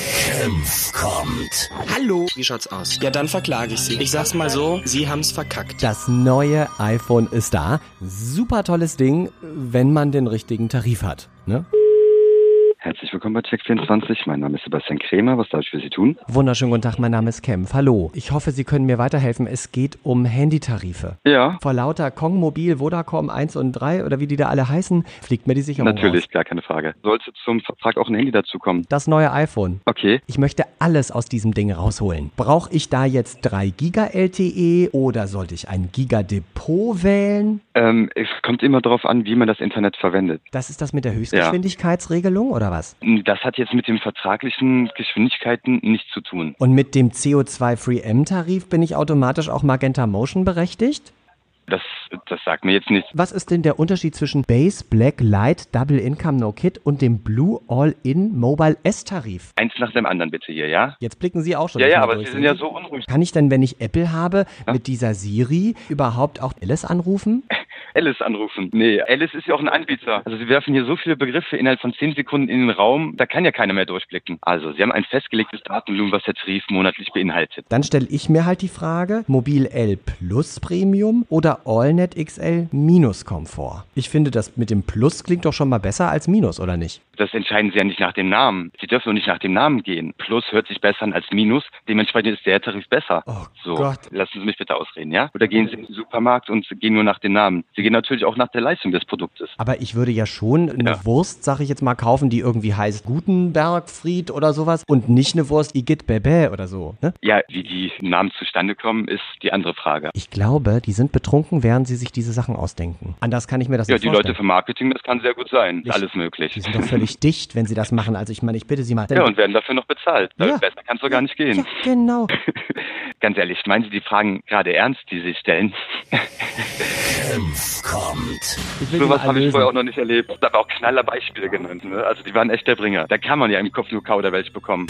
Senf kommt. Hallo. Wie schaut's aus? Ja, dann verklage ich Sie. Ich sag's mal so, Sie haben's verkackt. Das neue iPhone ist da. Super tolles Ding, wenn man den richtigen Tarif hat. Ne? Herzlich willkommen bei Check24. Mein Name ist Sebastian Krämer. Was darf ich für Sie tun? Wunderschönen guten Tag, mein Name ist Kempf. Hallo. Ich hoffe, Sie können mir weiterhelfen. Es geht um Handytarife. Ja, Vor lauter Kong Mobil, Vodacom 1 und 3 oder wie die da alle heißen, fliegt mir die Sicherung natürlich, Raus. gar keine Frage. Sollte zum Vertrag auch ein Handy dazukommen? Das neue iPhone. Okay. Ich möchte alles aus diesem Ding rausholen. Brauche ich da jetzt 3 Giga LTE oder sollte ich ein Giga Depot wählen? Ähm, es kommt immer darauf an, wie man das Internet verwendet. Das ist das mit der Höchstgeschwindigkeitsregelung oder was? Das hat jetzt mit den vertraglichen Geschwindigkeiten nichts zu tun. Und mit dem CO2 Free M Tarif bin ich automatisch auch Magenta Motion berechtigt? Das, das sagt mir jetzt nichts. Was ist denn der Unterschied zwischen Base Black Light Double Income No Kit und dem Blue All In Mobile S Tarif? Eins nach dem anderen bitte hier, ja? Jetzt blicken Sie auch schon. Ja, ja, erstmal aber durch. ne? Sie sind ja so unruhig. Kann ich denn, wenn ich Apple habe, mit dieser Siri überhaupt auch Alice anrufen? Alice anrufen. Nee, Alice ist ja auch ein Anbieter. Also Sie werfen hier so viele Begriffe innerhalb von zehn Sekunden in den Raum, da kann ja keiner mehr durchblicken. Also Sie haben ein festgelegtes Datenvolumen, was der Tarif monatlich beinhaltet. Dann stelle ich mir halt die Frage, Mobil L Plus Premium oder AllNet XL Minus Komfort? Ich finde, das mit dem Plus klingt doch schon mal besser als Minus, oder nicht? Das entscheiden Sie ja nicht nach dem Namen. Sie dürfen nur nicht nach dem Namen gehen. Plus hört sich besser an als Minus. Dementsprechend ist der Tarif besser. Oh so, Gott. lassen Sie mich bitte ausreden, ja? Oder gehen Sie in den Supermarkt und gehen nur nach dem Namen. Sie gehen natürlich auch nach der Leistung des Produktes. Aber ich würde ja schon eine Ja. Wurst, sag ich jetzt mal, kaufen, die irgendwie heißt Gutenbergfried oder sowas und nicht eine Wurst Igitt Bebe oder so. Ne? Ja, wie die Namen zustande kommen, ist die andere Frage. Ich glaube, die sind betrunken, während sie sich diese Sachen ausdenken. Anders kann ich mir das Ja, nicht die Leute vorstellen. vom Marketing, das kann sehr gut sein. Ich- Ist alles möglich. die sind doch völlig dicht, wenn sie das machen. Also ich meine, ich bitte sie mal. Ja, und werden dafür noch bezahlt. Ja. Besser kann es doch gar nicht gehen. ja, genau. Ganz ehrlich, meinen Sie die Fragen gerade ernst, die Sie stellen? Senf kommt. Ich will sie Sowas mal habe ich erlösen. vorher auch noch nicht erlebt. Aber auch knaller Beispiele genannt. Ne? Also die waren echt der Bringer. Da kann man ja im Kopf nur Kauderwelsch bekommen.